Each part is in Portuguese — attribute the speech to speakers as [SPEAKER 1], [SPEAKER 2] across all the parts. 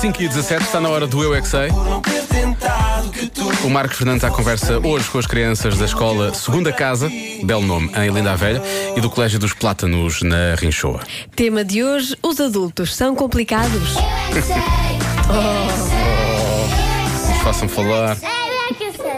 [SPEAKER 1] 5 e 17 está na hora do Eu É Que Sei. O Marcos Fernandes à conversa hoje com as crianças da escola Segunda Casa, belo nome, em Linda a Velha, e do Colégio dos Plátanos, na Rinchoa.
[SPEAKER 2] Tema de hoje: os adultos são complicados.
[SPEAKER 1] Façam falar.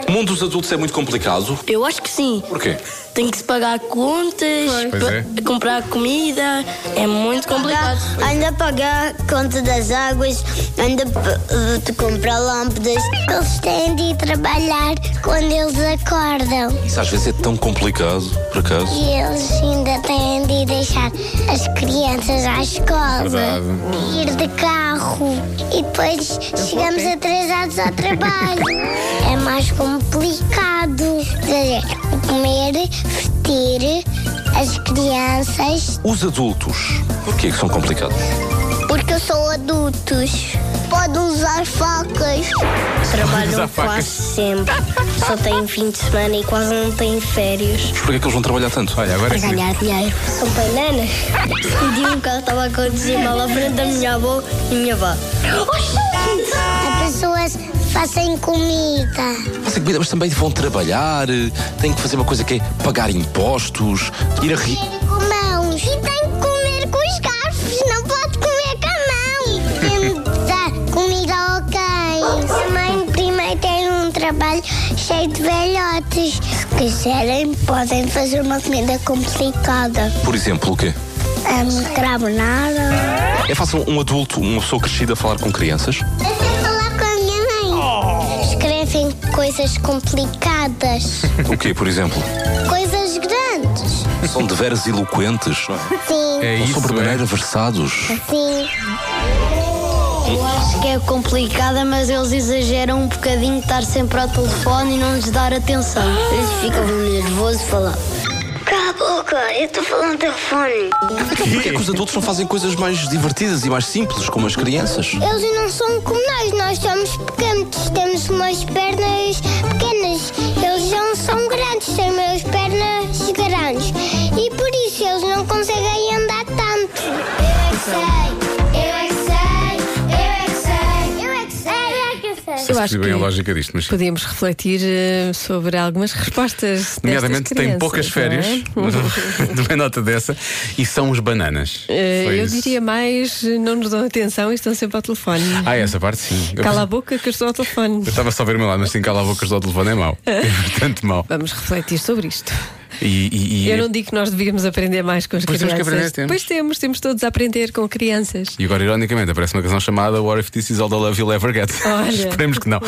[SPEAKER 3] O mundo dos adultos é muito complicado.
[SPEAKER 4] Eu acho que sim.
[SPEAKER 3] Porquê?
[SPEAKER 4] Tem que se pagar contas,
[SPEAKER 1] Pois
[SPEAKER 4] pa-
[SPEAKER 1] é.
[SPEAKER 4] comprar comida. É muito complicado.
[SPEAKER 5] Anda a pagar conta das águas, anda a de comprar lâmpadas. Eles têm de ir trabalhar quando eles acordam.
[SPEAKER 3] Isso às vezes é tão complicado, por acaso.
[SPEAKER 5] E eles ainda têm de ir deixar as crianças à escola.
[SPEAKER 1] Verdade.
[SPEAKER 5] Ir de carro. E depois chegamos atrasados ao trabalho. é mais complicado. Quer dizer, comer, vestir as crianças.
[SPEAKER 3] Os adultos, porquê que são complicados?
[SPEAKER 5] Porque são adultos. Podem usar facas.
[SPEAKER 4] Trabalham
[SPEAKER 1] facas.
[SPEAKER 4] um quase sempre. Só têm fim de semana e quase não têm férias.
[SPEAKER 3] Mas porquê que eles vão trabalhar tanto?
[SPEAKER 1] Olha, agora é que...
[SPEAKER 4] dinheiro.
[SPEAKER 5] São bananas.
[SPEAKER 4] Um dia um carro estava a conduzir mal à frente da minha avó e minha avó.
[SPEAKER 5] As pessoas fazem comida.
[SPEAKER 3] Fazem comida, mas também vão trabalhar, eh, têm que fazer uma coisa que é pagar impostos, ir a rir.
[SPEAKER 5] Com mãos. E tem que comer com os garfos. Não pode comer com a mão. E tem de dar comida ao cães. A mãe primeiro tem um trabalho cheio de velhotes. Se quiserem, podem fazer uma comida complicada.
[SPEAKER 3] Por exemplo, o quê?
[SPEAKER 5] Um, carbonara.
[SPEAKER 3] É fácil um adulto, uma pessoa crescida, falar com crianças?
[SPEAKER 5] Eu sei falar com a minha mãe. Escrevem coisas complicadas,
[SPEAKER 3] O quê, por exemplo?
[SPEAKER 5] coisas grandes.
[SPEAKER 3] São deveras eloquentes, não é?
[SPEAKER 5] Sim,
[SPEAKER 1] É
[SPEAKER 3] Ou
[SPEAKER 1] isso, é.
[SPEAKER 3] sobremaneira versados.
[SPEAKER 5] sim.
[SPEAKER 4] Acho que é complicada, mas eles exageram um bocadinho estar sempre ao telefone e não lhes dar atenção. Eles ficam nervosos e falam.
[SPEAKER 5] Cala a boca, eu estou falando no telefone.
[SPEAKER 3] Porquê é que os adultos não fazem coisas mais divertidas e mais simples, como as crianças?
[SPEAKER 5] Eles não são como nós, nós somos pequenos, temos umas pernas pequenas. Eles não são grandes, têm umas pernas grandes. E por isso eles não conseguem andar tanto. Eu é que sei, eu é que sei, eu é que sei, eu é que sei, eu é que sei.
[SPEAKER 2] Eu
[SPEAKER 1] percebi bem a lógica disto, mas-
[SPEAKER 2] podemos refletir eh, sobre algumas respostas. destas
[SPEAKER 1] Nomeadamente tem
[SPEAKER 2] crianças,
[SPEAKER 1] poucas
[SPEAKER 2] não é?
[SPEAKER 1] férias, Uhum. uma nota dessa, e são os bananas.
[SPEAKER 2] Eh,
[SPEAKER 1] Foi
[SPEAKER 2] eu
[SPEAKER 1] isso.
[SPEAKER 2] diria mais, eh, não nos dão atenção e estão sempre ao telefone.
[SPEAKER 1] Ah, essa parte sim. Eu-
[SPEAKER 2] Cala a boca que eu estou ao telefone.
[SPEAKER 1] Eu estava só a ver o meu lado, mas sim, cala a boca, do telefone é mau. É bastante mau.
[SPEAKER 2] Vamos refletir sobre isto.
[SPEAKER 1] E, e- e-
[SPEAKER 2] Eu não digo que nós devíamos aprender mais com as
[SPEAKER 1] Pois temos que
[SPEAKER 2] crianças.
[SPEAKER 1] aprender, temos.
[SPEAKER 2] Pois temos, temos todos a aprender com crianças.
[SPEAKER 1] e agora, ironicamente, aparece uma canção chamada What If This Is All the Love You'll Ever Get.
[SPEAKER 2] Olha.
[SPEAKER 1] Esperemos que não.